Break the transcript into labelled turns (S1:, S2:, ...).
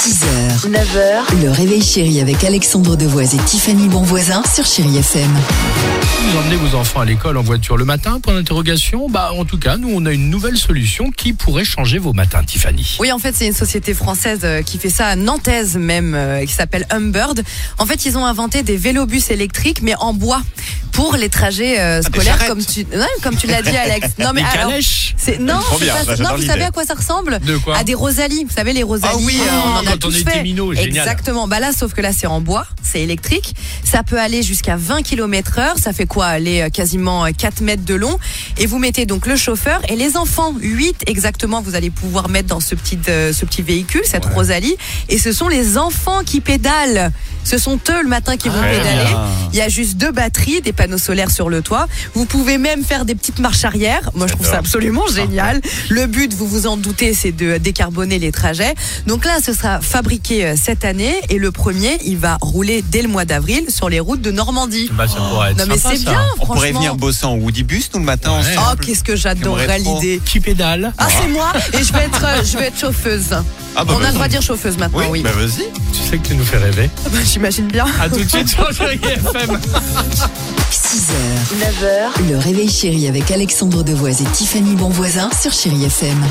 S1: 6h, 9h, le réveil chéri avec Alexandre Devoise et Tiffany Bonvoisin sur Chéri FM.
S2: Vous emmenez vos enfants à l'école en voiture le matin Point d'interrogation. Bah, en tout cas, nous, on a une nouvelle solution qui pourrait changer vos matins, Tiffany.
S3: Oui, en fait, c'est une société française euh, qui fait ça, nantaise même, euh, qui s'appelle Humbird. En fait, ils ont inventé des vélobus électriques, mais en bois, pour les trajets euh, scolaires,
S2: charrettes.
S3: comme tu, non, comme tu l'as dit, Alex. Non,
S2: Les
S3: alors,
S2: calèches
S3: c'est non,
S4: Trop
S3: c'est
S4: bien,
S3: pas-
S4: ça,
S3: non,
S4: j'adore
S3: vous
S4: l'idée.
S3: savez à quoi ça ressemble
S2: De quoi
S3: À des Rosalie. Vous savez les Rosalie.
S2: Ah oui,
S3: euh, on en a
S2: quand on
S3: tous
S2: était
S3: fait.
S2: minot, génial.
S3: Exactement. Bah là, sauf que là, c'est en bois, c'est électrique. Ça peut aller jusqu'à 20 km heure. Ça fait quoi Aller euh, quasiment euh, 4 mètres de long. Et vous mettez donc le chauffeur et les enfants. 8 exactement. Vous allez pouvoir mettre dans ce petit euh, ce petit véhicule, cette Rosalie. Et ce sont les enfants qui pédalent. Ce sont eux le matin qui vont
S2: Ah.
S3: pédaler. Il y a juste deux batteries, des panneaux solaires sur le toit. Vous pouvez même faire des petites marches arrière. Moi, je trouve ça
S4: J'adore.
S3: absolument génial. Le but, vous vous en doutez, c'est de décarboner les trajets. Donc là, ce sera fabriqué euh, cette année et le premier, il va rouler dès le mois d'avril sur les routes de Normandie.
S2: Bah, ça pourrait être
S3: Non, mais
S2: sympa,
S3: c'est
S2: ça.
S3: bien,
S4: On pourrait venir
S3: franchement.
S4: bosser en Woody Bus, nous, le matin.
S2: Ouais.
S3: Oh,
S4: ensemble.
S3: qu'est-ce que j'adorerais
S4: J'aimerais trop.
S3: l'idée.
S2: Qui pédale
S3: Ah, c'est moi et je vais être, euh, je vais être chauffeuse.
S4: Ah, bah,
S3: On a le
S4: vas-y.
S3: droit de dire chauffeuse maintenant,
S4: Oui,
S3: oui.
S4: bah vas-y.
S2: Tu sais que tu nous fais rêver.
S3: Bah, J'imagine bien.
S2: À tout de suite sur Chéri FM.
S1: 6h, 9h, le réveil chéri avec Alexandre Devoise et Tiffany Bonvoisin sur Chéri FM.